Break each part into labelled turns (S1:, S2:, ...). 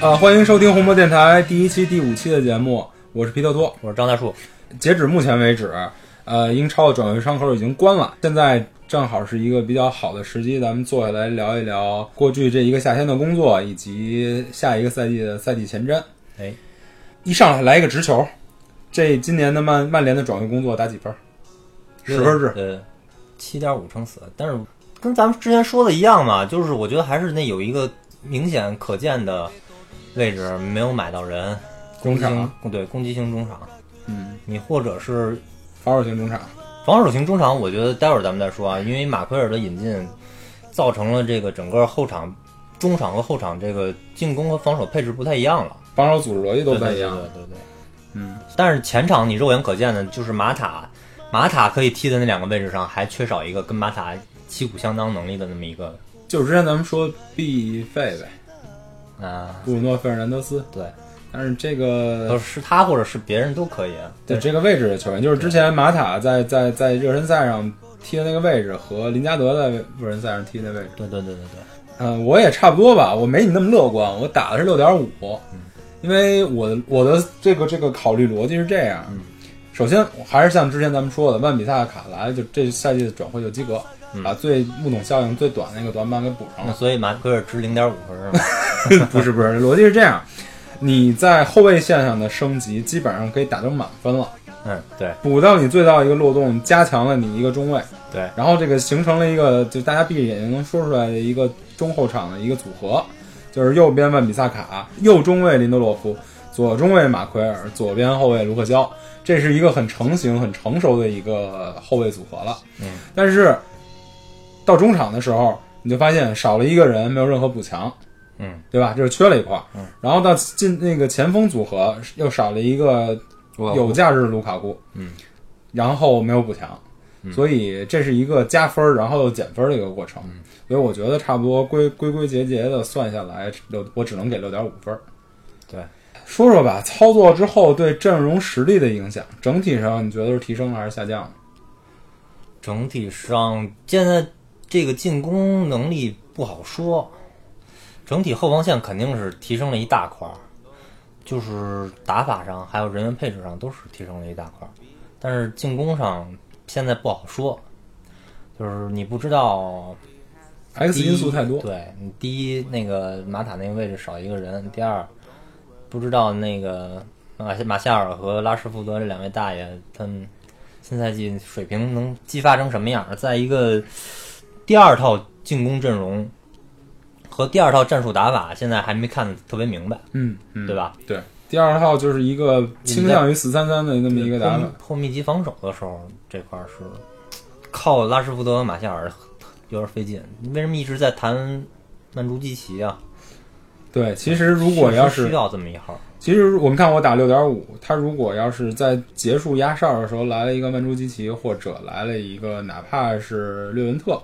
S1: 啊，欢迎收听红魔电台第一期、第五期的节目，我是皮特托。
S2: 我是张大树，
S1: 截止目前为止，呃，英超的转会窗口已经关了，现在正好是一个比较好的时机，咱们坐下来聊一聊过去这一个夏天的工作，以及下一个赛季的赛季前瞻。
S2: 哎，
S1: 一上来来一个直球，这今年的曼曼联的转会工作打几分？十分制。
S2: 呃，七点五乘四，但是跟咱们之前说的一样嘛，就是我觉得还是那有一个明显可见的位置没有买到人，
S1: 中场
S2: 攻击型对攻击型中场，
S1: 嗯，
S2: 你或者是
S1: 防守型中场。
S2: 防守型中场，我觉得待会儿咱们再说啊，因为马奎尔的引进造成了这个整个后场、中场和后场这个进攻和防守配置不太一样了，
S1: 防守组织逻辑都不
S2: 对
S1: 太一样，
S2: 对对对对。
S1: 嗯，
S2: 但是前场你肉眼可见的就是马塔，马塔可以踢的那两个位置上还缺少一个跟马塔旗鼓相当能力的那么一个
S1: 就是之前咱们说必费呗，
S2: 啊，
S1: 布鲁诺·费尔南德斯，
S2: 对，
S1: 但是这个
S2: 是他或者是别人都可以。
S1: 对这个位置的球员，就是之前马塔在在在热身赛上踢的那个位置和林加德在热身赛上踢的位置。
S2: 对对对对对，
S1: 嗯、我也差不多吧，我没你那么乐观，我打的是六点五，因为我的我的这个这个考虑逻辑是这样，首先还是像之前咱们说的，万比萨卡来就这赛季的转会就及格，把最木桶效应最短那个短板给补上
S2: 那
S1: 了。
S2: 所以马奎尔值零点五分是吗？
S1: 不是不是，逻辑是这样，你在后卫线上的升级基本上可以打成满分了。
S2: 嗯，对
S1: 补到你最大一个漏洞，加强了你一个中卫，
S2: 对，
S1: 然后这个形成了一个就大家闭着眼睛能说出来的一个中后场的一个组合，就是右边万比萨卡，右中卫林德洛夫，左中卫马奎尔，左边后卫卢克肖，这是一个很成型、很成熟的一个后卫组合了。
S2: 嗯，
S1: 但是到中场的时候，你就发现少了一个人，没有任何补强。
S2: 嗯，
S1: 对吧？这是缺了一块儿，
S2: 嗯
S1: 然后到进那个前锋组合又少了一个
S2: 我
S1: 有价值的卢卡库，
S2: 嗯，
S1: 然后没有补强，所以这是一个加分儿然后又减分儿的一个过程，所以我觉得差不多归归归结结的算下来，六我只能给六点五分儿。
S2: 对，
S1: 说说吧，操作之后对阵容实力的影响，整体上你觉得是提升了还是下降了？
S2: 整体上现在这个进攻能力不好说，整体后防线肯定是提升了一大块儿，就是打法上还有人员配置上都是提升了一大块儿，但是进攻上现在不好说，就是你不知道
S1: X
S2: 第一
S1: 因素太多，
S2: 对你第一那个马塔那个位置少一个人，第二不知道那个马夏马夏尔和拉什福德这两位大爷他们新赛季水平能激发成什么样儿？在一个第二套进攻阵容和第二套战术打法，现在还没看得特别明白，
S1: 嗯嗯，
S2: 对吧？
S1: 对，第二套就是一个倾向于四三三的那么一个打法
S2: 后密，后密集防守的时候，这块儿是靠拉什福德和马夏尔有点费劲。为什么一直在谈曼朱基奇啊？
S1: 对，其实如果要
S2: 确实
S1: 是
S2: 需要这么一号，
S1: 其实我们看我打六点五，他如果要是在结束压哨的时候来了一个曼朱基奇，或者来了一个哪怕是略文特，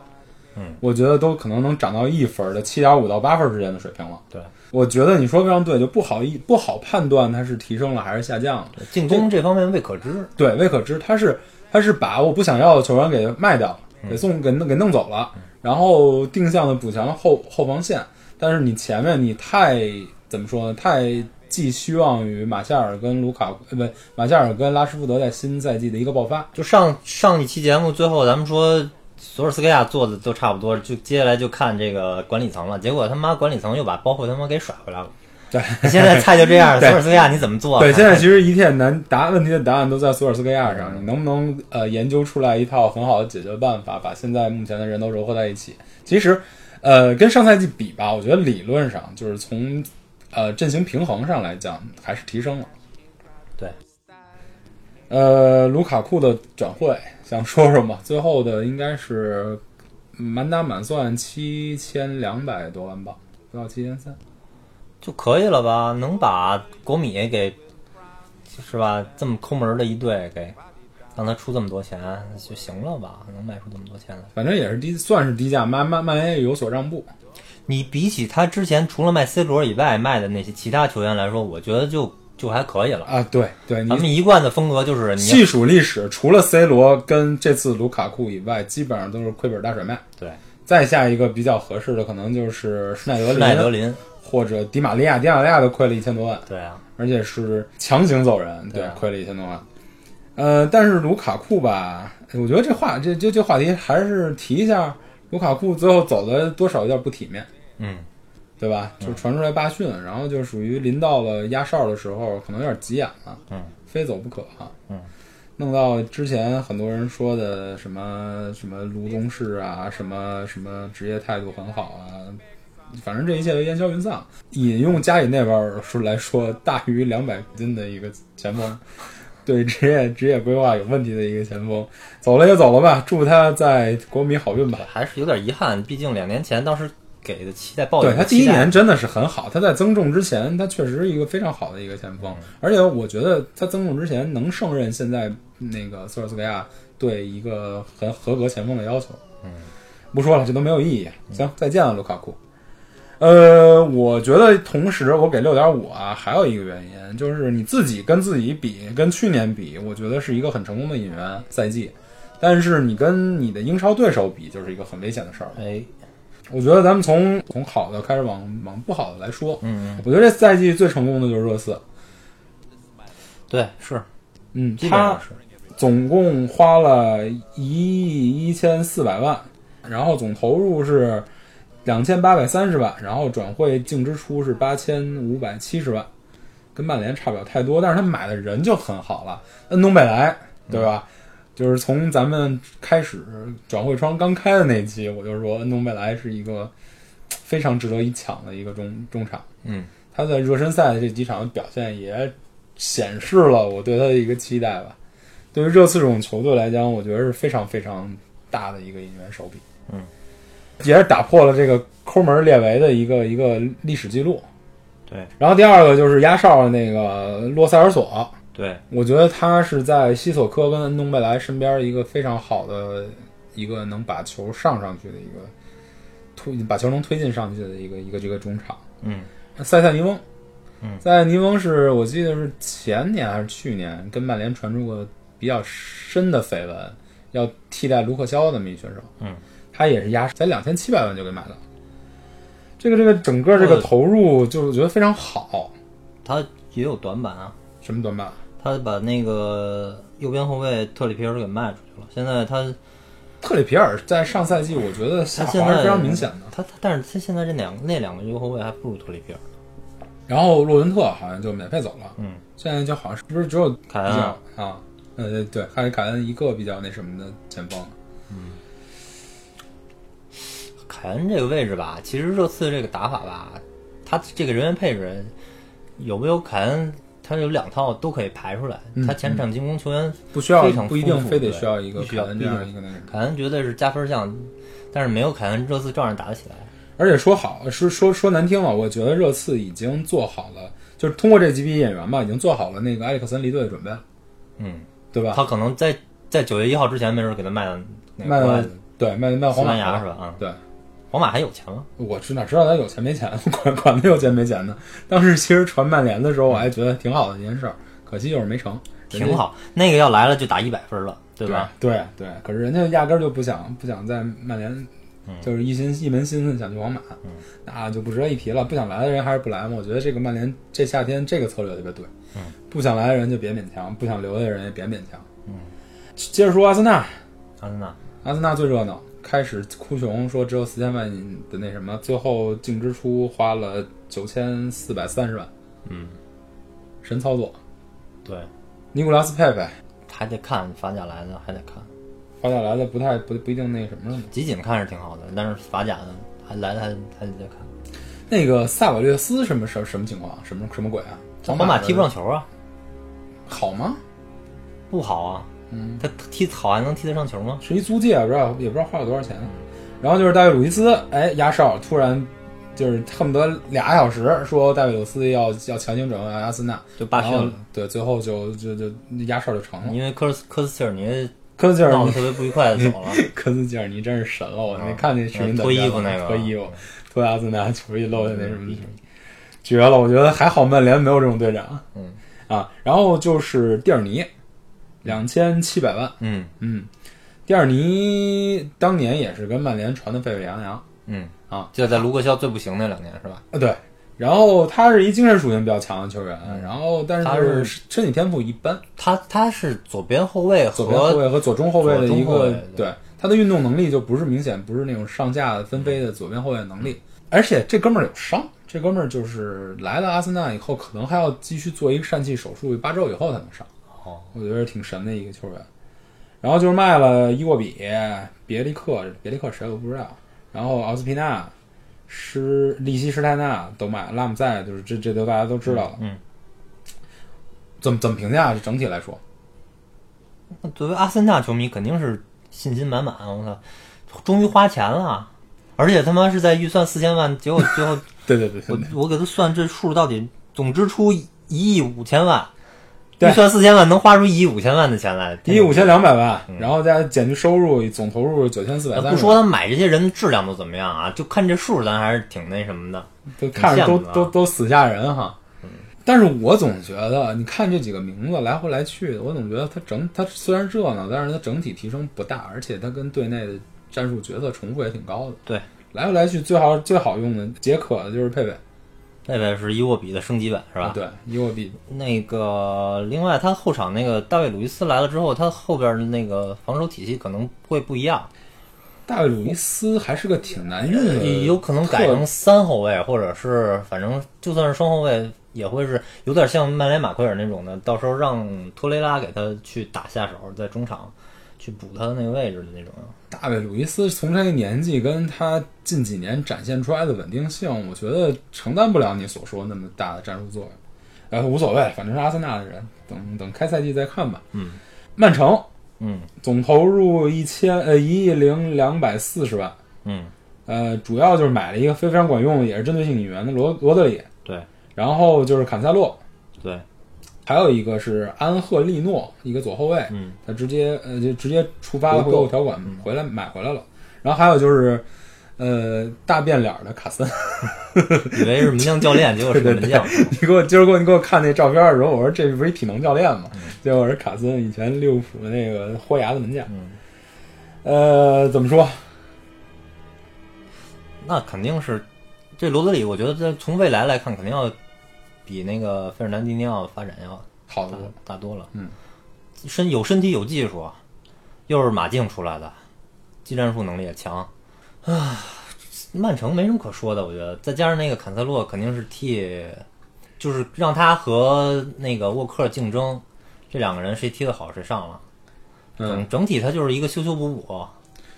S2: 嗯，
S1: 我觉得都可能能涨到一分儿的七点五到八分儿之间的水平了。
S2: 对。
S1: 我觉得你说非常对，就不好一不好判断它是提升了还是下降了。
S2: 进攻这方面未可知。
S1: 对，未可知，他是他是把我不想要的球员给卖掉了，给送给弄给弄走了，然后定向的补强了后后防线。但是你前面你太怎么说呢？太寄希望于马夏尔跟卢卡库，呃，不，马夏尔跟拉什福德在新赛季的一个爆发。
S2: 就上上一期节目最后咱们说索尔斯克亚做的都差不多，就接下来就看这个管理层了。结果他妈管理层又把包括他妈给甩回来了。
S1: 对，
S2: 现在菜就这 样，
S1: 对
S2: 索尔斯克亚你怎么做？啊
S1: 对，现在其实一切难答问题的答案都在索尔斯克亚上，你能不能呃研究出来一套很好的解决办法，把现在目前的人都糅合在一起？其实，呃，跟上赛季比吧，我觉得理论上就是从呃阵型平衡上来讲，还是提升了。
S2: 对，
S1: 呃，卢卡库的转会想说说吗？最后的应该是满打满算七千两百多万镑，不到七千三。
S2: 就可以了吧？能把国米给是吧？这么抠门儿的一队给让他出这么多钱就行了吧？能卖出这么多钱来？
S1: 反正也是低，算是低价，曼曼曼联也有所让步。
S2: 你比起他之前除了卖 C 罗以外卖的那些其他球员来说，我觉得就就还可以了。
S1: 啊，对对，
S2: 咱
S1: 你
S2: 们一贯的风格就是你
S1: 细数历史，除了 C 罗跟这次卢卡库以外，基本上都是亏本大甩卖。
S2: 对
S1: 再下一个比较合适的，可能就是施耐德
S2: 施
S1: 林，
S2: 耐德林，
S1: 或者迪马利亚，迪马利亚都亏了一千多万，
S2: 对啊，
S1: 而且是强行走人，对，
S2: 对啊
S1: 亏了一千多万。呃，但是卢卡库吧，我觉得这话这这这话题还是提一下，卢卡库最后走的多少有点不体面，
S2: 嗯，
S1: 对吧？就传出来罢训，然后就属于临到了压哨的时候，可能有点急眼了，
S2: 嗯，
S1: 非走不可啊，
S2: 嗯，
S1: 弄到之前很多人说的什么什么卢东市啊，什么什么职业态度很好啊，反正这一切烟消云散。引用家里那边儿说来说，大于两百斤的一个前 锋，对职业职业规划有问题的一个前锋，走了也走了吧，祝他在国米好运吧。
S2: 还是有点遗憾，毕竟两年前当时给的期待抱有
S1: 对
S2: 的
S1: 他第一
S2: 期待
S1: 年真的是很好，他在增重之前，他确实是一个非常好的一个前
S2: 嗯
S1: 锋，而且我觉得他增重之前能胜任现在那个索尔斯克亚对一个很合格前锋的要求。嗯，不说了，这都没有意义。
S2: 嗯
S1: 行，再见了，卢卡库。呃，我觉得同时我给六点五啊，还有一个原因就是你自己跟自己比，跟去年比，我觉得是一个很成功的引援赛季，但是你跟你的英超对手比，就是一个很危险的事儿了。
S2: 哎，
S1: 我觉得咱们从从好的开始往往不好的来说，
S2: 嗯，嗯
S1: 我觉得这赛季最成功的就是热刺，
S2: 对，是，
S1: 嗯，
S2: 基本
S1: 他
S2: 上是，
S1: 总共花了一亿一千四百万，然后总投入是两千八百三十万，然后转会净支出是八千五百七十万，跟曼联差不了太多，但是他买的人就很好了，恩东贝莱，对吧？就是从咱们开始转会窗刚开的那期，我就说恩东贝莱是一个非常值得一抢的一个中中场。
S2: 嗯，
S1: 他在热身赛这几场的表现也显示了我对他的一个期待吧。对于热刺这种球队来讲，我觉得是非常非常大的一个引援手笔。
S2: 嗯，
S1: 也是打破了这个抠门列维的一个一个历史记录。
S2: 对
S1: 然后第二个就是压哨的那个洛塞尔索，
S2: 对，
S1: 我觉得他是在西索科跟恩东贝莱身边一个非常好的一个能把球上上去的一个推把球能推进上去的一个一个这个中场。
S2: 嗯，
S1: 塞塞尼翁，
S2: 嗯
S1: 塞塞尼翁是我记得是前年还是去年跟曼联传出过比较深的绯闻，要替代卢克肖的那么一选手，
S2: 嗯，
S1: 他也是压才两千七百万就给买了，这个这个整个这个
S2: 呃
S1: 投入就是我觉得非常好，
S2: 他也有短板啊，
S1: 什么短板？
S2: 他把那个右边后卫特里皮尔给卖出去了，现在他
S1: 特里皮尔在上赛季我觉得下
S2: 他现
S1: 滑是
S2: 在
S1: 非常明显的，
S2: 他他但是他现在这两那两个右后卫还不如特里皮尔，
S1: 然后洛伦特好像就免费走了，
S2: 嗯，
S1: 现在就好像是不是只有
S2: 凯
S1: 比
S2: 恩啊
S1: 较啊，呃对，还有凯恩一个比较那什么的前锋，
S2: 凯恩这个位置吧，其实热刺这个打法吧，他这个人员配置有没有凯恩，他有两套都可以排出来。
S1: 嗯
S2: 他前场进攻球员，
S1: 不需要
S2: 非常
S1: 不一定
S2: 丰富
S1: 非得
S2: 对
S1: 需要一个
S2: 必须
S1: 凯
S2: 要
S1: 恩这样一个那个人。
S2: 凯恩绝对是加分项，但是没有凯恩，热刺照样打得起来。
S1: 而且说好说说说难听了，我觉得热刺已经做好了，就是通过这几笔演员吧，已经做好了那个埃里克森离队的准备，
S2: 嗯，
S1: 对吧？
S2: 他可能在在九月一号之前，没准给他卖到那
S1: 卖
S2: 个国外
S1: 对卖卖
S2: 西
S1: 皇马
S2: 班牙是吧？啊，
S1: 对，
S2: 皇马还有钱吗？
S1: 我是哪知道他有钱没 钱，管管他有钱没钱呢。当时其实传曼联的时候，我还觉得挺好的一件事儿，可惜就是没成。人
S2: 挺
S1: 家
S2: 好，那个要来了就打一百分了，对吧？
S1: 对啊对，可是人家压根儿就不想不想在曼联，
S2: 嗯
S1: 就是一心一门心思想去皇马，那就不值得一提了。不想来的人还是不来嘛。我觉得这个曼联这夏天这个策略特别对，
S2: 嗯
S1: 不想来的人就别勉强，不想留的人也别勉强。
S2: 嗯
S1: 接着说阿森纳，
S2: 阿森纳，
S1: 阿森纳最热闹，开始哭穷说只有四千万的那什么，最后净支出花了九千四百三十万，
S2: 嗯，
S1: 神操作。
S2: 对，
S1: 尼古拉斯佩佩
S2: 还得看法甲来的，还得看。
S1: 花下来的不太不不一定那什么了嘛。
S2: 集锦看是挺好的，但是法甲的还来的还还得再看。
S1: 那个萨瓦略斯什么什什么情况？什么什么鬼啊？
S2: 哦皇马踢不
S1: 上
S2: 上球啊，
S1: 好吗？
S2: 不好啊。嗯，他他踢好还能踢得上球吗？
S1: 是一租借，不知道也不知道花了多少钱。然后就是戴维鲁伊斯，哎，压哨突然就是恨不得俩小时说戴维鲁斯要要强行转会阿森纳，
S2: 就罢训
S1: 然后
S2: 了，
S1: 对，最后就就就压哨就成了。
S2: 因为科斯科斯切尔尼
S1: 科斯切尔
S2: 闹得
S1: 尼，
S2: 特别不愉快的 走了。
S1: 科斯切尔尼真是神了！我
S2: 啊
S1: 没看那视频
S2: 脱衣服那个嗯
S1: 脱衣服，脱阿森纳球衣露的那什么，绝了！我觉得还好曼联没有这种队长。
S2: 嗯
S1: 啊，然后就是蒂尔尼，两千七百万。
S2: 嗯
S1: 嗯，蒂尔尼当年也是跟曼联传的沸沸扬扬
S2: 嗯
S1: 啊，
S2: 就在卢克肖最不行那两年是吧？
S1: 啊，对。然后他是一精神属性比较强的球员，然后但
S2: 嗯他
S1: 是
S2: 是
S1: 身体天赋一般，
S2: 他他是左边后卫
S1: 左边后
S2: 和
S1: 卫和左中后卫的一
S2: 左中后卫
S1: 个对他的运动能力就不是明显不是那种上下分飞的左边后卫的能力，而且这哥们儿有伤，这哥们儿就是来了阿森纳以后，可能还要继续做一个疝气手术，八周以后才能上。
S2: 哦，
S1: 我觉得挺神的一个球员。然后就是卖了伊沃比、别利克、别利克谁我不知道，然后奥斯皮纳、施利希施泰纳都卖，拉姆塞就是这这都大家都知道了。
S2: 嗯，
S1: 怎么怎么评价？整体来说，
S2: 那作为阿森纳球迷肯定是信心满满。啊我操，终于花钱了，而且他妈是在预算四千万，结果 最后
S1: 对对对对
S2: 我
S1: 对
S2: 我给他算这数到底总支出一亿五千万，
S1: 对
S2: 预算四千万能花出一亿五千万的钱来，
S1: 一亿五千两百万，然后再减去收入，总投入九千四百
S2: 咱
S1: 三。
S2: 呃不说他买这些人的质量都怎么样啊，就看这数，咱还是挺那什么的。
S1: 都看着都
S2: 羡慕的啊
S1: 都都死吓人哈。
S2: 嗯
S1: 但是我总觉得，你看这几个名字来回来去，我总觉得它整它虽然热闹，但是它整体提升不大，而且它跟队内的战术角色重复也挺高的。
S2: 对，
S1: 来回来去最好最好用的解渴的就是佩佩，
S2: 那边是伊沃比的升级版是吧？
S1: 啊对，伊沃比
S2: 那个，另外他后场那个大卫鲁伊斯来了之后，他后边的那个防守体系可能会不一样，
S1: 大卫鲁伊斯还是个挺难用的，
S2: 也呃有可能改
S1: 呃特
S2: 成三后卫，或者是反正就算是双后卫，也会是有点像曼联马奎尔那种的，到时候让托雷拉给他去打下手，在中场去补他的那个位置的那种。
S1: 大卫·鲁伊斯从这个年纪跟他近几年展现出来的稳定性，我觉得承担不了你所说那么大的战术作用。呃，无所谓，反正是阿森纳的人，等等开赛季再看吧。
S2: 嗯，
S1: 曼城
S2: 嗯
S1: 总投入一千呃一亿零两百四十万，
S2: 嗯，
S1: 呃，主要就是买了一个非常管用的，也是针对性引援的罗罗德里，
S2: 对
S1: 然后就是坎塞洛，
S2: 对，
S1: 还有一个是安赫利诺，一个左后卫，
S2: 嗯
S1: 他直接呃就直接触发了回
S2: 回购嗯
S1: 购条款，回来买回来了。然后还有就是，呃，大变脸儿的卡森，
S2: 以为是门将教练，结果是个门将。
S1: 你给我今儿给我你给我看那照片的时候，我说这不是一体能教练吗？
S2: 嗯
S1: 结果是卡森以前利物浦的那个豁牙子门将。
S2: 嗯
S1: 呃，怎么说？
S2: 那肯定是这罗德里，我觉得这从未来来看，肯定要比那个费尔南迪尼奥发展要
S1: 好
S2: 大
S1: 的，
S2: 大多了。
S1: 嗯，
S2: 身有身体有技术，又是马竞出来的，技战术能力也强啊。曼城没什么可说的，我觉得再加上那个坎塞洛肯定是替，就是让他和那个沃克竞争，这两个人谁踢得好谁上了。
S1: 嗯，
S2: 整整体他就是一个修修补补，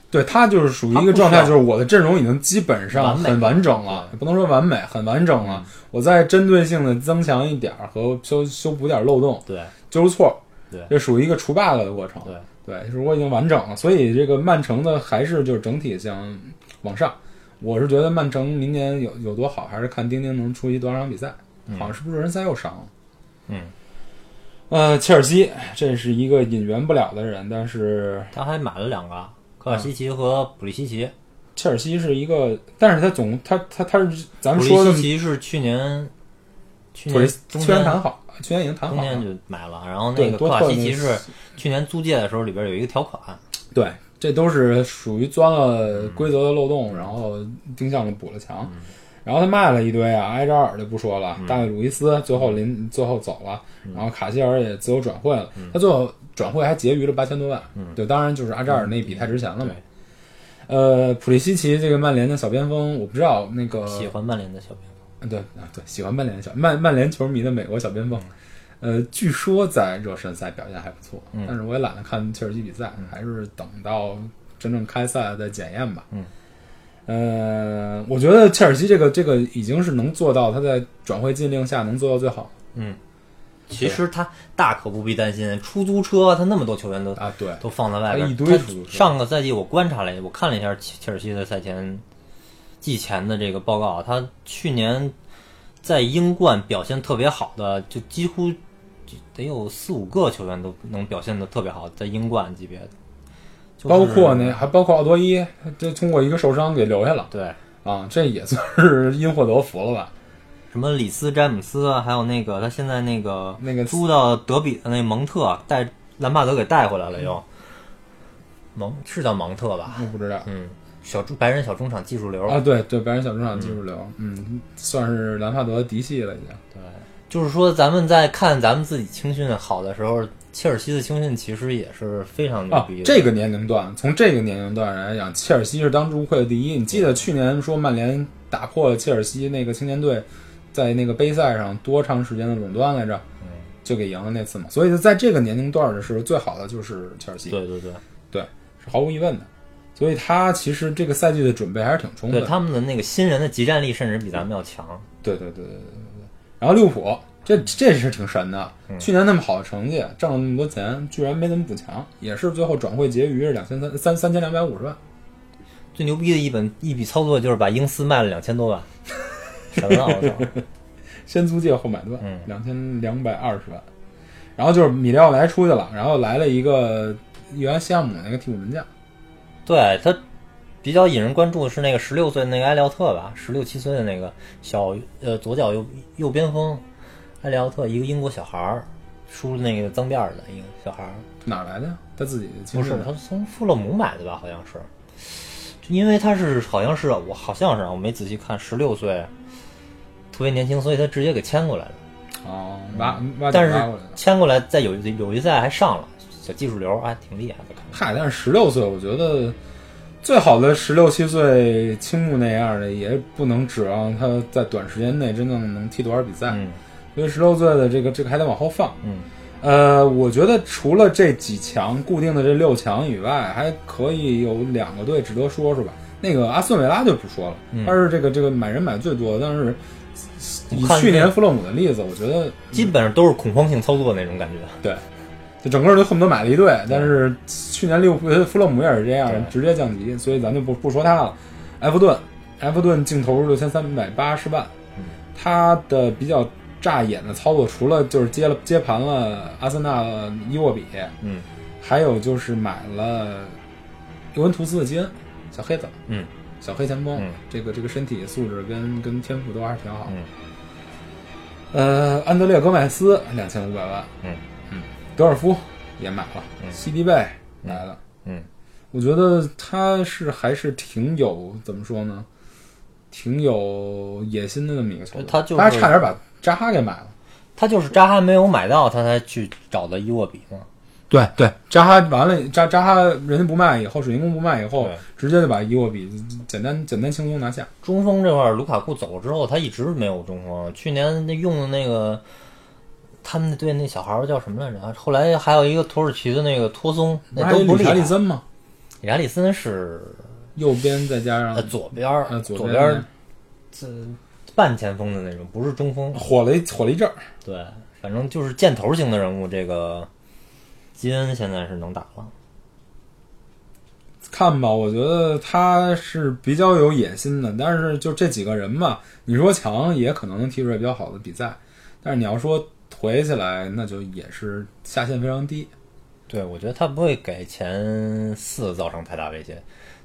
S1: 对他就是属于
S2: 他
S1: 一
S2: 不
S1: 个状态，
S2: 需
S1: 就
S2: 要
S1: 是我的阵容已经基本上
S2: 完美嗯
S1: 很完整了，也不能说完美，很完整了。我再针对性的增强一点儿和修修补点儿漏洞，
S2: 对
S1: 纠错，
S2: 对
S1: 这属于一个除 bug 的过程。
S2: 对。
S1: 对，就是我已经完整了，所以这个曼城的还是就是整体向往上。我是觉得曼城明年有有多好，还是看丁丁能出席多少场比赛。好像是不是人赛又伤了？
S2: 嗯，
S1: 呃，切尔西这是一个引援不了的人，但是
S2: 他还买了两个科
S1: 嗯
S2: 瓦西奇和普利西奇。
S1: 切尔西是一个，但是他总他他他是咱
S2: 普
S1: 们
S2: 利
S1: 说的
S2: 西奇是去年去
S1: 腿
S2: 年中
S1: 去
S2: 间
S1: 年谈好，去年已经谈
S2: 中
S1: 好
S2: 间
S1: 了。
S2: 就买了，然后
S1: 对
S2: 那个科
S1: 多
S2: 瓦
S1: 特
S2: 西
S1: 那
S2: 奇是
S1: 次
S2: 去年租借的时候里边有一个条款，
S1: 对，这都是属于钻了规则的漏洞，然后盯上了补了墙。然后他卖了一堆啊，埃扎尔就不说了，大卫·鲁伊斯最后临最后走了，然后卡希尔也自由转会了，他最后转会还结余了八千多万，对，当然就是阿扎尔那笔太值钱了嘛。呃，普利西奇这个曼联的小边锋，我不知道那个
S2: 喜欢曼联的小边锋，
S1: 对啊对，喜欢曼联小曼曼联球迷的美国小边锋，
S2: 嗯
S1: 呃，据说在热身赛表现还不错，
S2: 嗯
S1: 但是我也懒得看切尔西比赛，还是等到真正开赛再检验吧。
S2: 嗯，
S1: 呃，我觉得切尔西这个这个已经是能做到他在转会禁令下能做到最好
S2: 其实他大可不必担心，出租车他那么多球员都
S1: 啊。对，
S2: 都放在外
S1: 他
S2: 边，
S1: 一堆
S2: 他
S1: 出租车
S2: 上个赛季我观察了，我看了一下切切尔西的赛前季前的这个报告，啊他去年在英冠表现特别好的，就几乎就得有四五个球员都能表现的特别好，在英冠级别，就是
S1: 包括那还包括奥多伊，他就通过一个受伤给留下了
S2: 对
S1: 啊，这也算是因祸得福了吧？
S2: 什么里斯詹姆斯啊，还有那个他现在那个
S1: 那个
S2: 租到德比的那蒙特啊带兰帕德给带回来了又，蒙是叫蒙特吧？
S1: 我不知道，
S2: 嗯，小中白人小中场技术流
S1: 啊，对对，白人小中场技术流，嗯，算是兰帕德嫡系了已经。
S2: 对，就是说咱们在看咱们自己青训好的时候，切尔西的青训其实也是非常牛
S1: 啊
S2: 嗯逼的。，
S1: 这个年龄段，从这个年龄段来讲，切尔西是当之无愧的第一。你记得去年说曼联打破了切尔西那个青年队在那个杯赛上多长时间的垄断来着？就给赢了那次嘛。所以在这个年龄段的时候，最好的就是切尔西，
S2: 嗯对对对，
S1: 对，是毫无疑问的。所以他其实这个赛季的准备还是挺充分
S2: 对
S1: 的。
S2: 他们的那个新人的集战力甚至比咱们要强。
S1: 对对对对对对对。然后利物浦，这这是挺神的，
S2: 嗯
S1: 去年那么好的成绩，挣了那么多钱，居然没怎么补强，也是最后转会结余是两千三三三千两百五十万。
S2: 最牛逼的一本一笔操作就是把英斯卖了两千多万，神了！我操，
S1: 先租借后买断，
S2: 嗯
S1: 两千两百二十万。然后就是米利奥莱出去了，然后来了一个原西汉姆那个替补门将，
S2: 对他比较引人关注的是那个十六岁的那个埃利奥特吧，十六七岁的那个小呃左脚右右边锋埃利奥特，一个英国小孩儿，梳那个脏辫儿的一个小孩儿，
S1: 哪儿来的呀？他自己
S2: 不
S1: 亲
S2: 是
S1: 自
S2: 他从富勒姆买的吧？好像是，就因为他是好像是我好像是啊我没仔细看，十六岁特别年轻，所以他直接给签过来了。
S1: 哦，挖挖角挖
S2: 嗯但是
S1: 过来的。
S2: 签过来在友谊友谊赛还上了小技术流，哎，挺厉害的。
S1: 嗨，但是十六岁，我觉得最好的十六七岁青木那样的，也不能指望他在短时间内真正能踢多少比赛。
S2: 嗯
S1: 所以十六岁的这个这个还得往后放。
S2: 嗯，
S1: 呃，我觉得除了这几强固定的这六强以外，还可以有两个队值得说说吧。那个阿斯顿维拉就不说了，
S2: 嗯
S1: 他是这个这个买人买最多的，但是以
S2: 我看
S1: 去
S2: 那
S1: 年弗洛姆的例子，我觉得
S2: 基本上都是恐慌性操作那种感觉。
S1: 对，就整个都恨不得买了一队。但是去年利物浦呃弗洛姆也是这样，直接降级，所以咱就不不说他了。埃弗顿，埃弗顿净投入六千三百八十万，他的比较扎眼的操作，除了就是接了接盘了阿森纳的伊沃比，
S2: 嗯
S1: 还有就是买了尤文图斯的基恩，小黑子，
S2: 嗯
S1: 小黑前锋，
S2: 嗯
S1: 这个这个身体素质跟跟天赋都还是挺好的。
S2: 嗯
S1: 呃，安德烈戈麦斯两千五百万，
S2: 嗯
S1: 德尔夫也买了，西迪贝来了。
S2: 嗯，
S1: 我觉得他是还是挺有怎么说呢，挺有野心的那么一个球队。
S2: 他就是
S1: 他差点把扎哈给买了。
S2: 他就是扎哈没有买到，他才去找的伊沃比嘛。
S1: 对对，扎哈完了，扎扎哈人家不卖以后，水晶宫不卖以后
S2: 对，
S1: 直接就把伊沃比简单简单轻松拿下。
S2: 中锋这块儿，卢卡库走了之后，他一直没有中锋。去年那用的那个，他们队那小孩儿叫什么来着？后来还有一个土耳其的那个托松，那
S1: 还
S2: 都
S1: 有
S2: 不
S1: 理
S2: 厉
S1: 查
S2: 害。
S1: 利森嘛，
S2: 里查利森是
S1: 右边再加上
S2: 呃左边儿，
S1: 呃
S2: 左呃
S1: 边
S2: 边儿这半前锋的那种，不是中锋。
S1: 火了一火了一阵儿。
S2: 对，反正就是箭头型的人物，这个基恩现在是能打了。
S1: 看吧，我觉得他是比较有野心的，但是就这几个人吧，你说强也可能能踢出来比较好的比赛，但是你要说回起来，那就也是下限非常低。
S2: 对，我觉得他不会给前四造成太大威胁，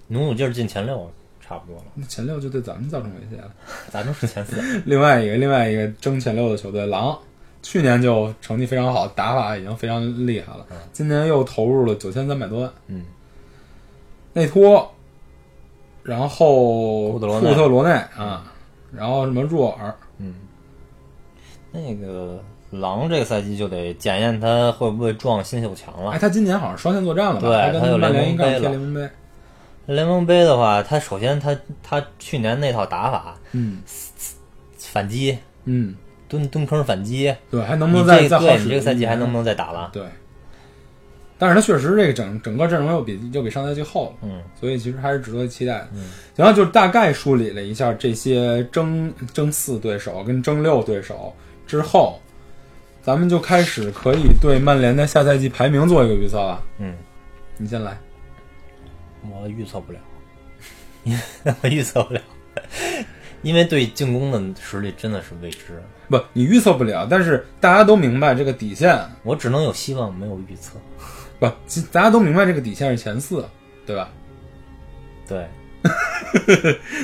S2: 努努劲儿进前六差不多了。
S1: 那前六就对咱们造成威胁了。
S2: 咱们是前四，
S1: 另外一个，另外一个争前六的球队狼，去年就成绩非常好，打法已经非常厉害了，今年又投入了九千三百多万。
S2: 嗯，
S1: 内托，然后
S2: 库
S1: 库
S2: 特
S1: 特
S2: 罗
S1: 罗
S2: 内嗯
S1: 内啊，然后什么若尔，
S2: 那个狼这个赛季就得检验他会不会撞新秀强
S1: 哎，
S2: 了。
S1: 他今年好像双线作战了吧？
S2: 对
S1: 他
S2: 他有
S1: 跟曼联一块儿踢
S2: 联
S1: 联盟杯。
S2: 联盟杯的话，他首先他他去年那套打法，
S1: 嗯
S2: 反击
S1: 嗯，
S2: 蹲蹲坑反击，
S1: 对，还能不
S2: 你
S1: 能再
S2: 这
S1: 再
S2: 个
S1: 好
S2: 对
S1: 使？
S2: 你这个赛季还能不能再打了？
S1: 对，但是他确实这个整整个阵容又比又比上赛季厚了，
S2: 嗯，
S1: 所以其实还是值得期待的。然后就大概梳理了一下这些争争四对手跟争六对手之后，咱们就开始可以对曼联的下赛季排名做一个预测了。
S2: 嗯，
S1: 你先来。
S2: 我预测不了， 我预测不了， 因为对进攻的实力真的是未知，
S1: 不，你预测不了，但是大家都明白这个底线
S2: 我只能有希望，没有预测。
S1: 不，其大家都明白这个底线是前四，对吧？
S2: 对，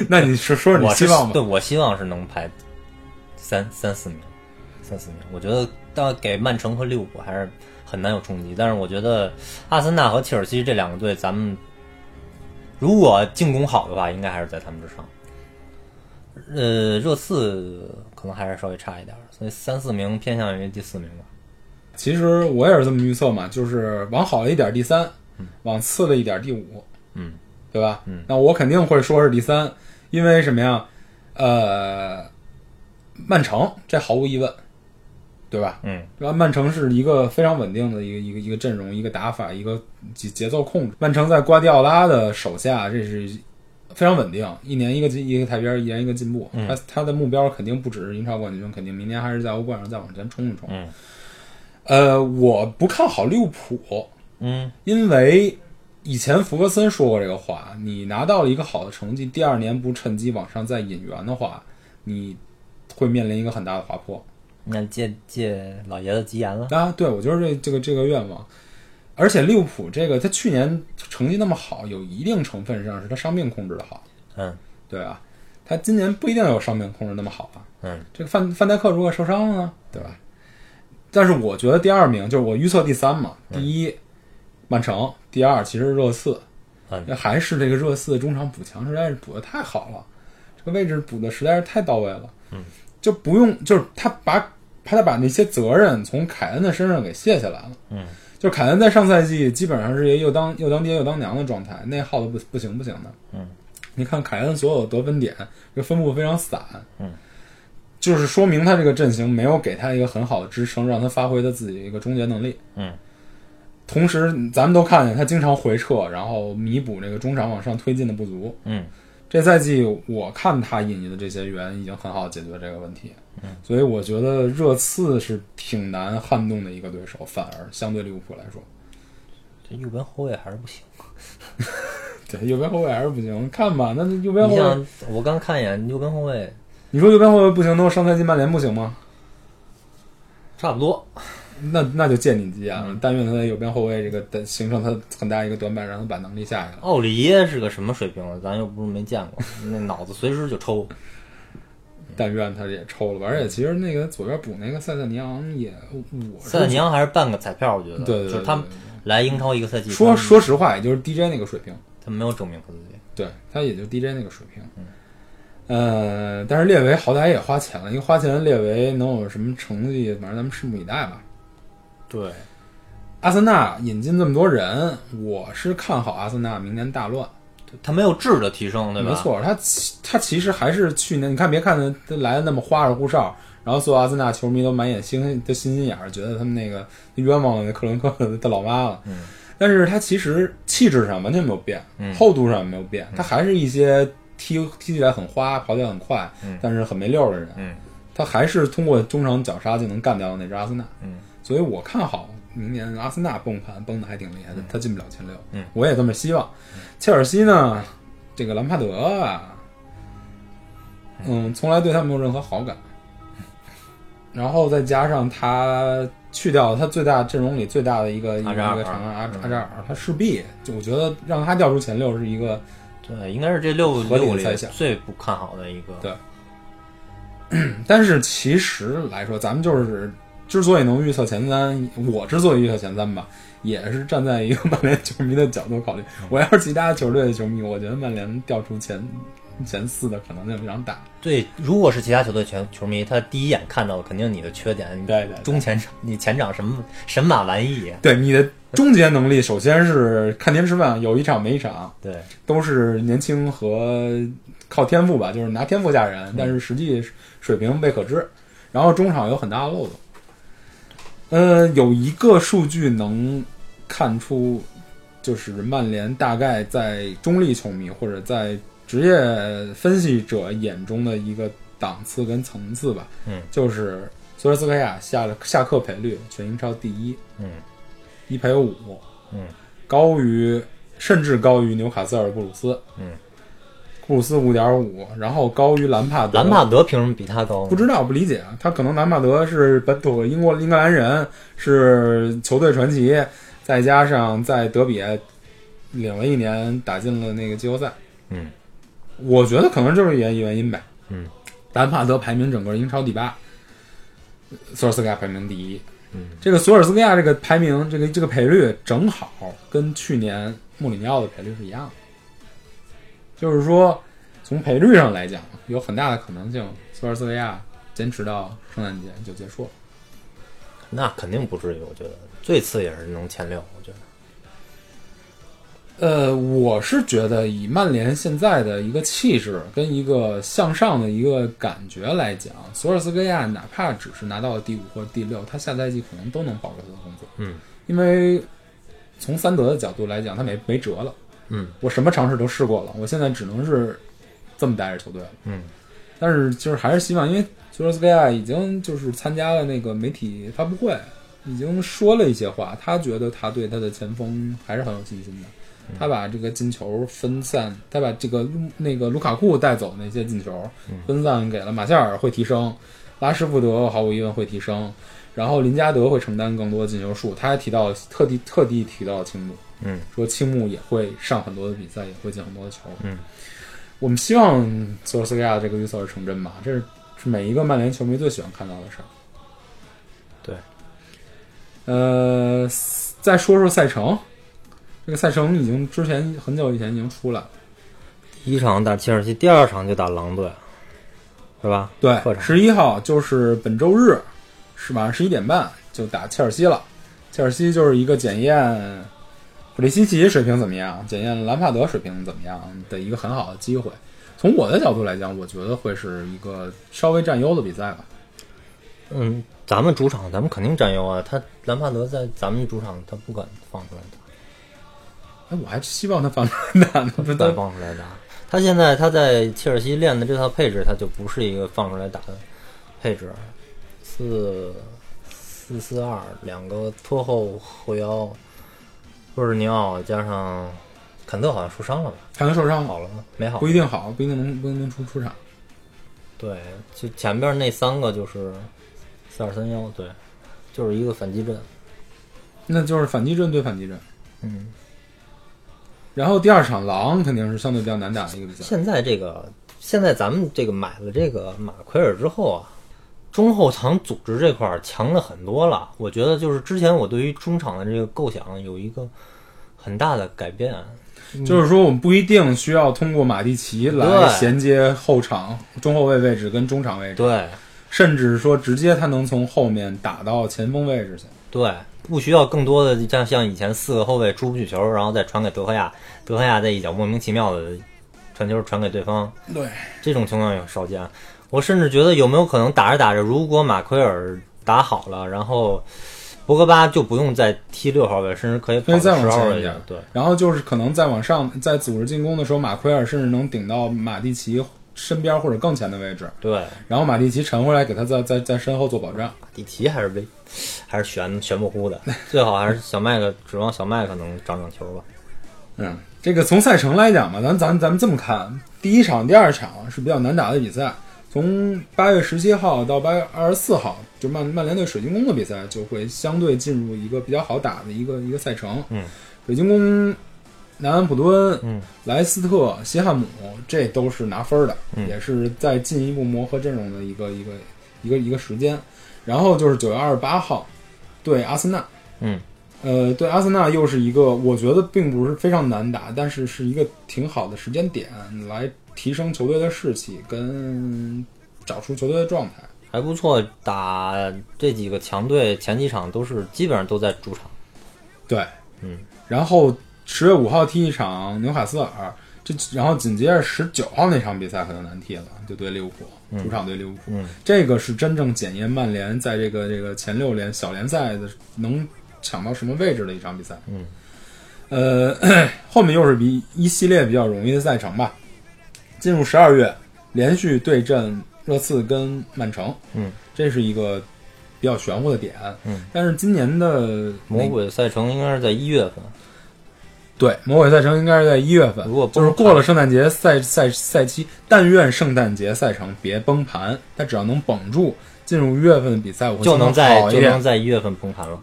S1: 那你说 说说你
S2: 我
S1: 希
S2: 是
S1: 望
S2: 对
S1: 吧？
S2: 我希望是能排三三四名，三四名。我觉得到给曼城和利物浦还是很难有冲击，但是我觉得阿森纳和切尔西这两个队，咱们如果进攻好的话，应该还是在他们之上。呃，热刺可能还是稍微差一点儿，所以三四名偏向于第四名吧。
S1: 其实我也是这么预测嘛，就是往好了一点第三，往次了一点第五，
S2: 嗯，
S1: 对吧？嗯，那我肯定会说是第三，因为什么呀？呃，曼城这毫无疑问，对吧？
S2: 嗯，
S1: 对吧？曼城是一个非常稳定的一个一个一个阵容、一个打法、一个节节奏控制。曼城在瓜迪奥拉的手下，这是非常稳定，一年一个进一个台阶儿，一年一个进步。他他的目标肯定不只是英超冠军，肯定明年还是在欧冠上再往前冲一冲。
S2: 嗯
S1: 呃，我不看好利物浦，
S2: 嗯
S1: 因为以前福格森说过这个话：你拿到了一个好的成绩，第二年不趁机往上再引援的话，你会面临一个很大的滑坡。
S2: 那借借老爷子吉言了。
S1: 啊，对，我就是这这个这个愿望。而且利物浦这个，他去年成绩那么好，有一定成分上是他伤病控制的好，
S2: 嗯
S1: 对吧？他今年不一定有伤病控制那么好啊。
S2: 嗯
S1: 这个范范戴克如果受伤了呢，对吧？但是我觉得第二名就是我预测第三嘛，第一曼城，第二其实是热刺，
S2: 嗯
S1: 那还是这个热刺中场补强实在是补的太好了，这个位置补的实在是太到位了，嗯，就不用就是他把他把那些责任从凯恩的身上给卸下来了，
S2: 嗯，
S1: 就凯恩在上赛季基本上是一个又当又当爹又当娘的状态，内耗的不不行不行的，
S2: 嗯，
S1: 你看凯恩所有得分点这个分布非常散，
S2: 嗯。
S1: 就是说明他这个阵型没有给他一个很好的支撑，让他发挥他自己的一个终结能力。
S2: 嗯
S1: 同时，咱们都看见他经常回撤，然后弥补这个中场往上推进的不足。
S2: 嗯
S1: 这赛季我看他引进的这些援已经很好解决这个问题，
S2: 嗯
S1: 所以我觉得热刺是挺难撼动的一个对手，反而相对利物浦来说，
S2: 这右边后卫还是不行。
S1: 对右边后卫还是不行。看吧，那右边后卫，
S2: 你像我刚看一眼右边后卫，
S1: 你说右边后卫不行，那我上赛季曼联不行吗？
S2: 差不多。
S1: 那那就借你吉言
S2: 嗯
S1: 了。但愿他在右边后卫这个的形成他很大一个短板，让他把能力下去了。
S2: 奥里耶是个什么水平啊？咱又不是没见过，那脑子随时就 抽。
S1: 但愿他也抽了吧。而且其实那个左边补那个塞塞尼昂也，我是
S2: 塞纳尼昂还是半个彩票，我觉得。
S1: 对对对
S2: 就是他们
S1: 对
S2: 来英超一个赛季，
S1: 说
S2: 他们
S1: 说实话，也就是 DJ 那个水平，
S2: 他没有证明他自己。
S1: 对他也就 DJ 那个水平。
S2: 嗯
S1: 呃，但是列维好歹也花钱了，一个花钱的列维能有什么成绩？反正咱们拭目以待吧。
S2: 对，
S1: 阿森纳引进这么多人，我是看好阿森纳明年大乱。
S2: 他没有质的提升，对吧？
S1: 没，错，他其他其实还是去年，你看别看他他来的那么花里胡哨，然后所有阿森纳球迷都满眼星都心心眼儿，觉得他们那个冤枉了克伦克的老妈了。
S2: 嗯，
S1: 但是他其实气质上完全没有变，
S2: 嗯
S1: 厚度上也没有变，他还是一些踢踢起来很花、跑起来很快，
S2: 嗯
S1: 但是很没溜儿的人。
S2: 嗯
S1: 他还是通过中场绞杀就能干掉那只阿森纳。
S2: 嗯，
S1: 所以我看好明年阿森纳崩盘崩的还挺厉害的，他进不了前六。
S2: 嗯，
S1: 我也这么希望。切尔西呢，这个兰帕德啊，
S2: 哎
S1: 嗯，从来对他没有任何好感。然后再加上他去掉他最大阵容里最大的一个一个
S2: 阿扎尔
S1: 一个常人阿
S2: 嗯
S1: 阿扎尔，他势必就我觉得让他掉出前六是一个
S2: 对，应该是这六
S1: 合理
S2: 六
S1: 的
S2: 里
S1: 猜想
S2: 最不看好的一个。
S1: 对
S2: 嗯
S1: 但是其实来说，咱们就是之所以能预测前三，我之所以预测前三吧，也是站在一个曼联球迷的角度考虑。
S2: 嗯
S1: 我要是其他球队的球迷，我觉得曼联掉出前前四的可能性非常大。
S2: 对，如果是其他球队球球迷，他第一眼看到的肯定你的缺点，你
S1: 对对对
S2: 中前场你前场什么神马玩意，
S1: 对你的终结能力，首先是看天吃饭，有一场没一场，
S2: 对，
S1: 都是年轻和靠天赋吧，就是拿天赋吓人，但是实际水平未可知。然后中场有很大的漏洞。呃，有一个数据能看出，就是曼联大概在中立球迷或者在职业分析者眼中的一个档次跟层次吧。
S2: 嗯，
S1: 就是索尔斯克亚下了下课赔率全英超第一，
S2: 嗯，
S1: 一赔五，
S2: 嗯，
S1: 高于甚至高于纽卡斯尔布鲁斯，
S2: 嗯，
S1: 布鲁斯五点五，然后高于兰帕德，
S2: 兰帕德凭什么比他高
S1: 不
S2: 呢？
S1: 知道不理解啊，他可能兰帕德是本土英国英格兰人，是球队传奇，再加上在德比领了一年打进了那个季后赛，
S2: 嗯，
S1: 我觉得可能就是原原因呗，
S2: 嗯，
S1: 兰帕德排名整个英超第八，索尔斯克亚排名第一，
S2: 嗯，
S1: 这个索尔斯克亚这个排名这个这个赔率正好跟去年穆里尼奥的赔率是一样的，就是说从赔率上来讲，有很大的可能性，索尔斯维亚坚持到圣诞节就结束了。
S2: 那肯定不至于，我觉得最次也是能前六，我觉得。
S1: 呃，我是觉得以曼联现在的一个气势跟一个向上的一个感觉来讲，索尔斯克亚哪怕只是拿到了第五或者第六，他下赛季可能都能保住他的工作。
S2: 嗯，
S1: 因为从三德的角度来讲，他没没辙了。
S2: 嗯，
S1: 我什么尝试都试过了，我现在只能是这么带着球队了。
S2: 嗯，
S1: 但是就是还是希望，因为索尔斯克亚已经就是参加了那个媒体发布会，已经说了一些话，他觉得他对他的前锋还是很有信心的。他把这个进球分散，他把这个卢那个卢卡库带走那些进球
S2: 嗯
S1: 分散给了马夏尔，会提升；拉什福德毫无疑问会提升，然后林加德会承担更多的进球数。他还提到特地特地提到青木，
S2: 嗯，
S1: 说青木也会上很多的比赛，也会进很多的球。
S2: 嗯，
S1: 我们希望索尔斯克亚的这个预测是成真吧，这是是每一个曼联球迷最喜欢看到的事儿。
S2: 对，
S1: 呃，再说说赛程。这个赛程已经之前很久以前已经出来了，
S2: 第一场打切尔西，第二场就打狼队，是吧？
S1: 对
S2: 客，场
S1: 十一号就是本周日，是晚上十一点半就打切尔西了。切尔西就是一个检验普利西奇水平怎么样，检验兰帕德水平怎么样的一个很好的机会。从我的角度来讲，我觉得会是一个稍微占优的比赛吧。
S2: 嗯，咱们主场咱们肯定占优啊。他兰帕德在咱们主场他不敢放出来打，
S1: 哎，我还希望他反打呢，不
S2: 不
S1: 是他
S2: 敢放出来打。他现在他在切尔西练的这套配置，他就不是一个放出来打的配置，四四四二两个拖后后腰，若日尼奥加上坎特好像受伤了吧？
S1: 可能受伤
S2: 好了吗？没好，
S1: 不一定好，不一定能不一定能出出场。
S2: 对，就前边那三个就是四二三幺，对，就是一个反击阵。
S1: 那就是反击阵对反击阵。
S2: 嗯，
S1: 然后第二场狼肯定是相对比较难打的一个比赛。
S2: 现在这个现在咱们这个买了这个马奎尔之后啊，中后场组织这块儿强了很多了。我觉得就是之前我对于中场的这个构想有一个很大的改变。
S1: 就是说，我们不一定需要通过马蒂奇来
S2: 嗯对
S1: 衔接后场中后卫位置跟中场位置，
S2: 对
S1: 甚至说直接他能从后面打到前锋位置去。
S2: 对，不需要更多的像像以前四个后卫出不去球，然后再传给德赫亚，德赫亚再一脚莫名其妙的传球传给对方。
S1: 对，
S2: 这种情况也少见。我甚至觉得有没有可能打着打着，如果马奎尔打好了，然后博格巴就不用再踢六号位，甚至可以跑
S1: 可以再往
S2: 十号
S1: 前
S2: 位
S1: 一
S2: 去
S1: 点。
S2: 对，
S1: 然后就是可能再往上，在组织进攻的时候，马奎尔甚至能顶到马蒂奇身边或者更前的位置，
S2: 对，
S1: 然后马蒂奇沉回来给他在在在身后做保障。
S2: 马蒂奇还是被还是悬悬不 乎的，最好还是小麦克，指望小麦克能长长球吧。
S1: 嗯，这个从赛程来讲吧，咱咱咱们这么看，第一场、第二场是比较难打的比赛。从八月十七号到八月二十四号，就曼曼联对水晶宫的比赛就会相对进入一个比较好打的一个一个赛程。
S2: 嗯，
S1: 水晶宫、南安普敦、
S2: 嗯、
S1: 莱斯特、西汉姆，这都是拿分儿的，
S2: 嗯
S1: 也是在进一步磨合阵容的一个一个一个一个时间。然后就是九月二十八号对阿森纳，
S2: 嗯，
S1: 呃，对，阿森纳又是一个我觉得并不是非常难打，但是是一个挺好的时间点来提升球队的士气跟找出球队的状态。
S2: 还不错，打这几个强队前几场都是基本上都在主场。
S1: 对，
S2: 嗯，
S1: 然后十月五号踢一场纽卡斯尔，这然后紧接着十九号那场比赛可就难踢了，就对利物浦，主场对利物浦，
S2: 嗯
S1: 这个是真正检验曼联在这个这个前六联小联赛的能抢到什么位置的一场比赛。
S2: 嗯，
S1: 呃， 后面又是比一系列比较容易的赛程吧。进入十二月，连续对阵热刺跟曼城，
S2: 嗯，
S1: 这是一个比较玄乎的点。
S2: 嗯，
S1: 但是今年的
S2: 魔鬼赛程应该是在一月份，
S1: 对，魔鬼赛程应该是在一月份，
S2: 如果
S1: 就
S2: 崩
S1: 是
S2: 盘
S1: 过了圣诞节赛赛赛期，但愿圣诞节赛程别崩盘，它只要能绷住，进入一月份的比赛，我会
S2: 就能
S1: 心情
S2: 在
S1: 好一嗯
S2: 就
S1: 点
S2: 能。在一月份崩盘了。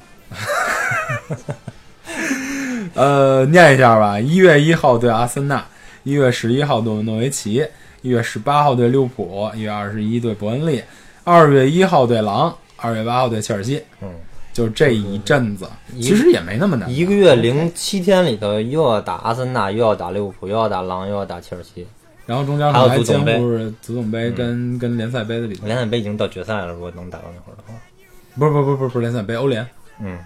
S1: 呃，念一下吧，一月一号对阿森纳，一月十一号对诺维奇，一月十八号对利物浦，一月二十一对伯恩利，二月一号对狼，二月八号对切尔西。
S2: 嗯，
S1: 就是这一阵子，
S2: 一
S1: 其实也没那么难。
S2: 一个月零七天里头，又要打阿森纳，又要打利物浦，又要打狼，又要打切尔西。
S1: 然后中间可
S2: 还有
S1: 能还
S2: 足
S1: 兼
S2: 总杯嗯
S1: 顾着足总杯跟跟联赛杯的比赛，
S2: 联赛杯已经到决赛了，如果能打到那会儿的话，
S1: 不是不是不是不是不是联赛杯，欧联。
S2: 嗯，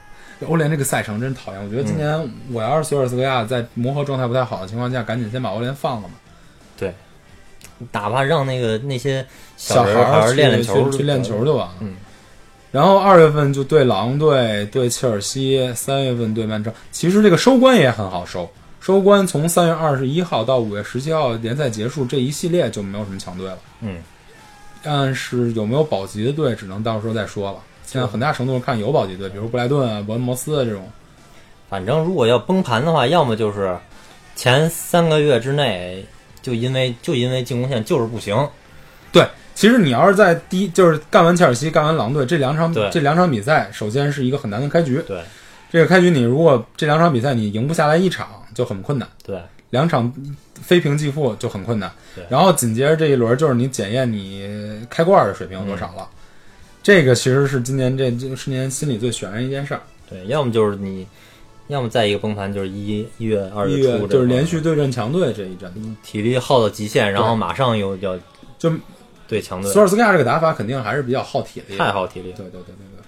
S1: 欧联这个赛程真讨厌，我觉得今年我要是索尔斯克亚在磨合状态不太好的情况下，赶紧先把欧联放了嘛。
S2: 对，哪怕让那个那些
S1: 小
S2: 人
S1: 孩
S2: 孩
S1: 儿去
S2: 练练球，
S1: 去去练球。就完了。
S2: 嗯
S1: 然后二月份就对狼队、对切尔西，三月份对曼城。其实这个收官也很好收，收官从三月二十一号到五月十七号联赛结束这一系列就没有什么强队了。
S2: 嗯，
S1: 但是有没有保级的队，只能到时候再说了。现在很大程度上看有保级队，比如布莱顿啊、伯恩茅斯啊这种。
S2: 反正如果要崩盘的话，要么就是前三个月之内就因为就因为进攻线就是不行，
S1: 对，其实你要是在第一就是干完切尔西、干完狼队这两场
S2: 对
S1: 这两场比赛，首先是一个很难的开局。
S2: 对
S1: 这个开局你如果这两场比赛你赢不下来一场就很困难，
S2: 对，
S1: 两场非平即负就很困难
S2: 对。
S1: 然后紧接着这一轮就是你检验你开罐的水平有多少
S2: 嗯
S1: 了。这个其实是今年这这是年心里最悬的一件事儿，
S2: 对，要么就是你，要么再一个崩盘就是一一月二
S1: 一
S2: 月
S1: 月
S2: 初，
S1: 就是连续对阵强队这一阵，
S2: 体力耗到极限，然后
S1: 对
S2: 马上又要
S1: 就
S2: 对强队
S1: 索尔斯克亚这个打法肯定还是比较耗体力的，
S2: 太耗体力了。
S1: 对对对对对。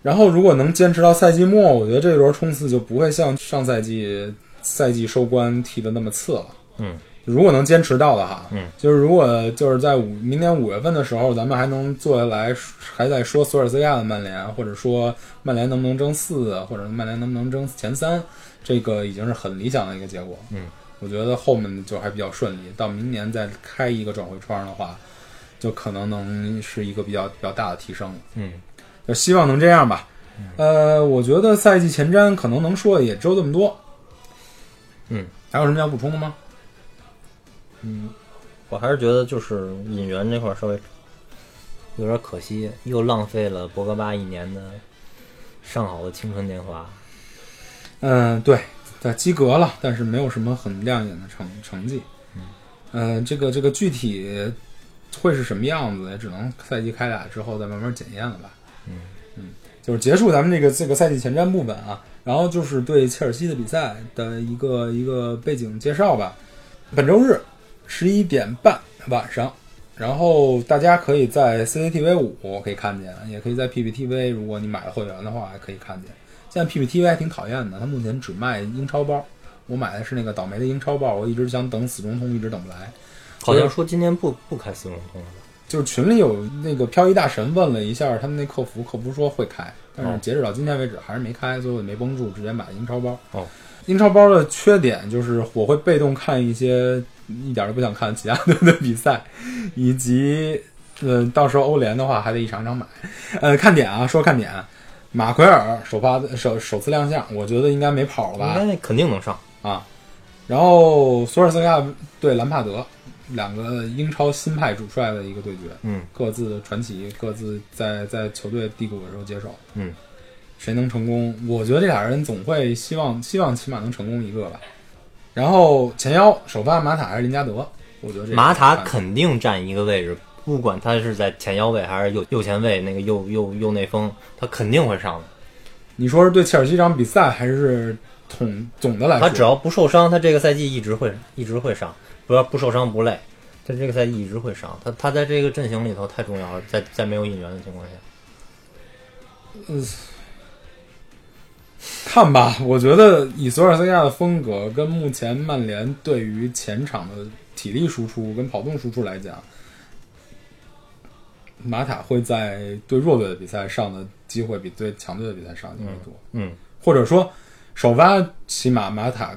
S1: 然后如果能坚持到赛季末，我觉得这轮冲刺就不会像上赛季赛季收官踢的那么次了。
S2: 嗯，
S1: 如果能坚持到的哈，
S2: 嗯，
S1: 就是如果就是在五明年五月份的时候，咱们还能坐下来还在说索尔斯克亚的曼联，啊或者说曼联能不能争四，啊或者曼联能不能争前三，这个已经是很理想的一个结果。
S2: 嗯，
S1: 我觉得后面就还比较顺利，到明年再开一个转会窗的话，就可能能是一个比较比较大的提升了。
S2: 嗯，
S1: 就希望能这样吧。呃，我觉得赛季前瞻可能能说的也只有这么多。
S2: 嗯，
S1: 还有什么要补充的吗？
S2: 我还是觉得就是引援这块儿稍微有点可惜，又浪费了博格巴一年的上好的青春年华。
S1: 嗯、对，在及格了，但是没有什么很亮眼的成成绩。嗯、这个这个具体会是什么样子，也只能赛季开打之后再慢慢检验了吧。
S2: 嗯
S1: 就是结束咱们这个这个赛季前瞻部分啊，然后就是对切尔西的比赛的一个一个背景介绍吧。本周日十一点半晚上，然后大家可以在 CCTV 五可以看见，也可以在 PPTV，如果你买了会员的话可以看见。现在 PPTV 还挺讨厌的，它目前只卖英超包。我买的是那个倒霉的英超包，我一直想等死中通，一直等不来。
S2: 好像说今年不不开四中通 了吧？
S1: 就是群里有那个漂移大神问了一下他们那客服，客服说会开，但是截止到今天为止还是没开，所以我也没绷住，直接买英超包。
S2: 哦，
S1: 英超包的缺点就是我会被动看一些一点儿都不想看其他队的 比赛，以及呃，到时候欧联的话还得一场一场买。呃，看点啊，说看点，马奎尔首发首首次亮相，我觉得应该没跑了吧？
S2: 应该肯定能上。
S1: 啊，然后索尔斯克亚对兰帕德，两个英超新派主帅的一个对决，
S2: 嗯，
S1: 各自传奇，各自在在球队低谷的时候接手，
S2: 嗯，
S1: 谁能成功？我觉得这俩人总会希望希望起码能成功一个吧。然后前腰首发马塔还是林加德，我觉得这
S2: 马塔
S1: 肯。
S2: 肯定占一个位置，不管他是在前腰位还是右右前卫，那个右右右内锋，他肯定会上的。
S1: 你说是对切尔西这场比赛，还是统总的来说？
S2: 他只要不受伤，他这个赛季一直会一直会上，不要不受伤不累，他这个赛季一直会上。他他在这个阵型里头太重要了，在在没有引援的情况下，
S1: 看吧，我觉得以索尔斯克亚的风格跟目前曼联对于前场的体力输出跟跑动输出来讲，马塔会在对弱队的比赛上的机会比对强队的比赛上的机会多，
S2: 嗯，
S1: 或者说首发起码马塔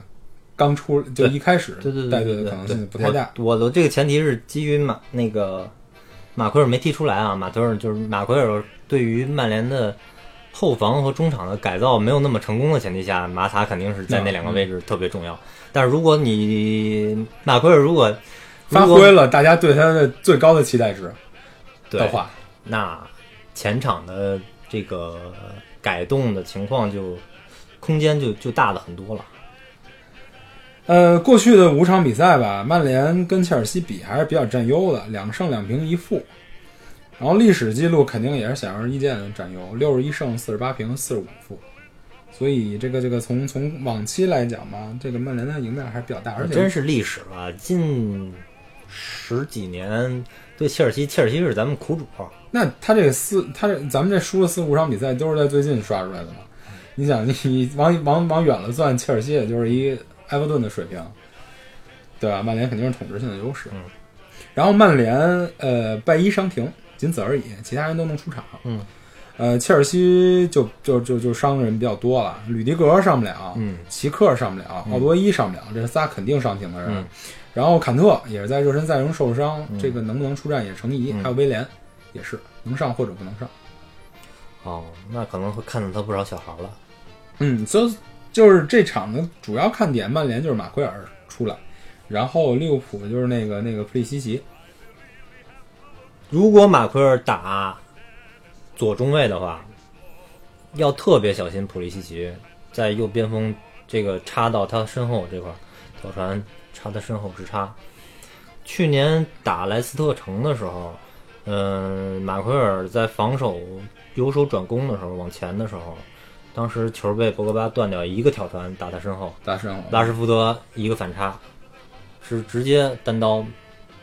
S1: 刚出就
S2: 对
S1: 一开始
S2: 对对
S1: 带
S2: 对
S1: 队的
S2: 对对，
S1: 可能性不太大。
S2: 我我的这个前提是基于马那个马奎尔没踢出来啊，马奎尔就是马奎尔对于曼联的后防和中场的改造没有那么成功的前提下，马塔肯定是在
S1: 嗯
S2: 那两个位置特别重要。但是如果你马奎尔如果
S1: 发
S2: 如果
S1: 挥了大家对他的最高的期待值的
S2: 对
S1: 话，
S2: 那前场的这个改动的情况就空间就就大了很多了。
S1: 呃，过去的五场比赛吧，曼联跟切尔西比还是比较占优的，两胜两平一负。然后历史记录肯定也是想让易建占优，六十一胜、四十八平、四十五负，所以这个这个从从往期来讲吧，这个曼联的赢面还是比较大，而且
S2: 真是历史了。近十几年对切尔西，切尔西是咱们苦主，
S1: 那他这个四，他这咱们这输了四五场比赛都是在最近刷出来的嘛？你想，你往往往远了算，切尔西也就是一埃弗顿的水平，对吧？曼联肯定是统治性的优势。
S2: 嗯
S1: 然后曼联呃拜一伤停，仅此而已，其他人都能出场。
S2: 嗯，
S1: 呃，切尔西就就就就伤的人比较多了，吕迪格上不了，
S2: 嗯，
S1: 齐克上不了，奥多伊上不了，这仨肯定上停的人。
S2: 嗯
S1: 然后坎特也是在热身赛中受伤，
S2: 嗯
S1: 这个能不能出战也成疑。
S2: 嗯
S1: 还有威廉也是能上或者不能上。
S2: 哦，那可能会看到他不少小孩了。
S1: 嗯，所以就是这场的主要看点，曼联就是马奎尔出来，然后利物浦就是那个那个普利西奇。
S2: 如果马奎尔打左中卫的话，要特别小心普利西奇在右边锋这个插到他身后这块儿，跳传插他身后直插。去年打莱斯特城的时候，嗯、马奎尔在防守由守转攻的时候，往前的时候，当时球被博格巴断掉，一个挑传打他身后，
S1: 大圣，
S2: 拉什福德一个反差，是直接单刀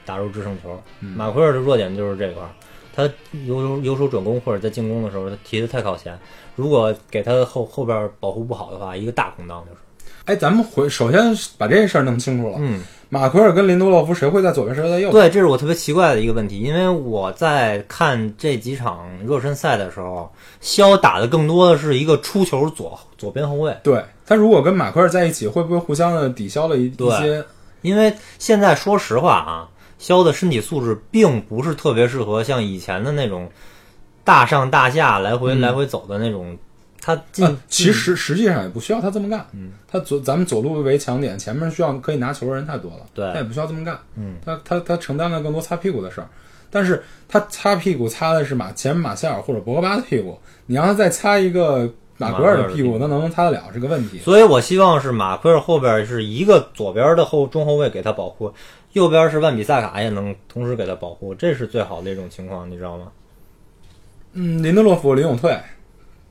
S2: 打入制胜球。马奎尔的弱点就是这块、儿，他由由守转攻或者在进攻的时候，他提的太靠前，如果给他后后边保护不好的话，一个大空档就是。
S1: 哎，咱们回首先把这事儿弄清楚了。
S2: 嗯，
S1: 马奎尔跟林多洛夫谁会在左边，谁会在右边？
S2: 对，这是我特别奇怪的一个问题，因为我在看这几场热身赛的时候，肖打的更多的是一个出球左左边后卫。
S1: 对他如果跟马奎尔在一起，会不会互相的抵消了一
S2: 对
S1: 一些？
S2: 因为现在说实话啊，肖的身体素质并不是特别适合像以前的那种大上大下来
S1: 嗯
S2: 回、来回走的那种。他进、嗯
S1: 呃其实实际上也不需要他这么干。嗯，他左咱们左路为强点，前面需要可以拿球的人太多了，
S2: 对
S1: 他也不需要这么干。
S2: 嗯，
S1: 他他他承担了更多擦屁股的事儿，但是他擦屁股擦的是马前马夏尔或者博格巴的屁股，你让他再擦一个马奎尔的屁股，那能不能擦得了是个问题。
S2: 所以我希望是马奎尔后边是一个左边的后中后卫给他保护，右边是万比萨卡也能同时给他保护，这是最好的一种情况，你知道吗？
S1: 嗯，林德洛夫、林永退，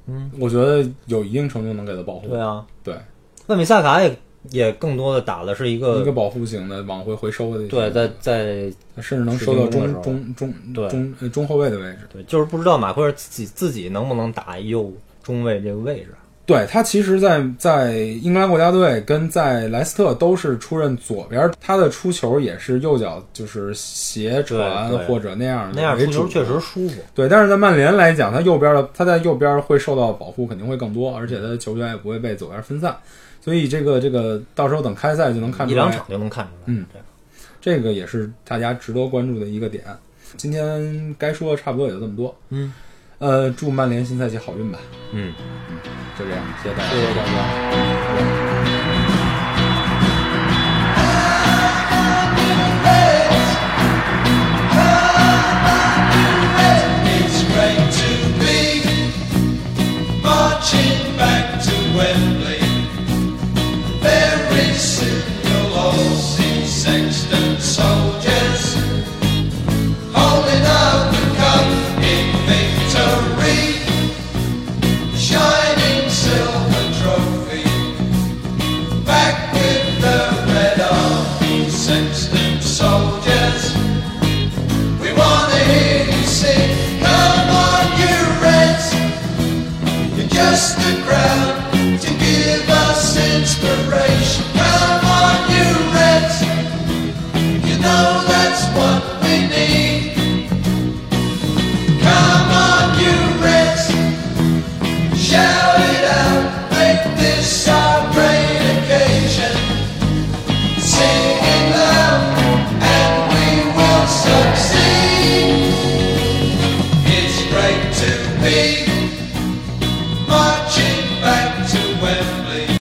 S2: 嗯，
S1: 我觉得有一定程度能给他保护，
S2: 对啊，
S1: 对
S2: 万比萨卡也也更多的打的是一
S1: 一
S2: 个
S1: 个保嗯护型的往回回收的，
S2: 呃对，在在
S1: 他甚至能收到
S2: 使进攻的时
S1: 中
S2: 候
S1: 中中
S2: 对
S1: 中呃中后卫的位置。
S2: 对，就是不知道马奎尔自己自己能不能打右中卫这个位置。
S1: 对他其实在，在英格兰国家队跟在莱斯特都是出任左边，他的出球也是右脚，就是斜传
S2: 对对
S1: 或者那样的
S2: 那样
S1: 为嗯
S2: 出
S1: 主
S2: 球确实舒服。
S1: 对，但是在曼联来讲，他右边的他在右边会受到保护肯定会更多，而且他的球员也不会被左边分散，所以这个这个到时候等开赛就能看
S2: 一
S1: 出
S2: 两
S1: 来，
S2: 场就能看出来。
S1: 嗯
S2: 对，
S1: 这个也是大家值得关注的一个点。今天该说的差不多也就这么多，
S2: 嗯
S1: 呃，祝曼联新赛季好运吧，
S2: 嗯，
S1: 就这样，谢谢大家
S2: 谢。谢大
S1: 拜
S2: 家。
S1: 拜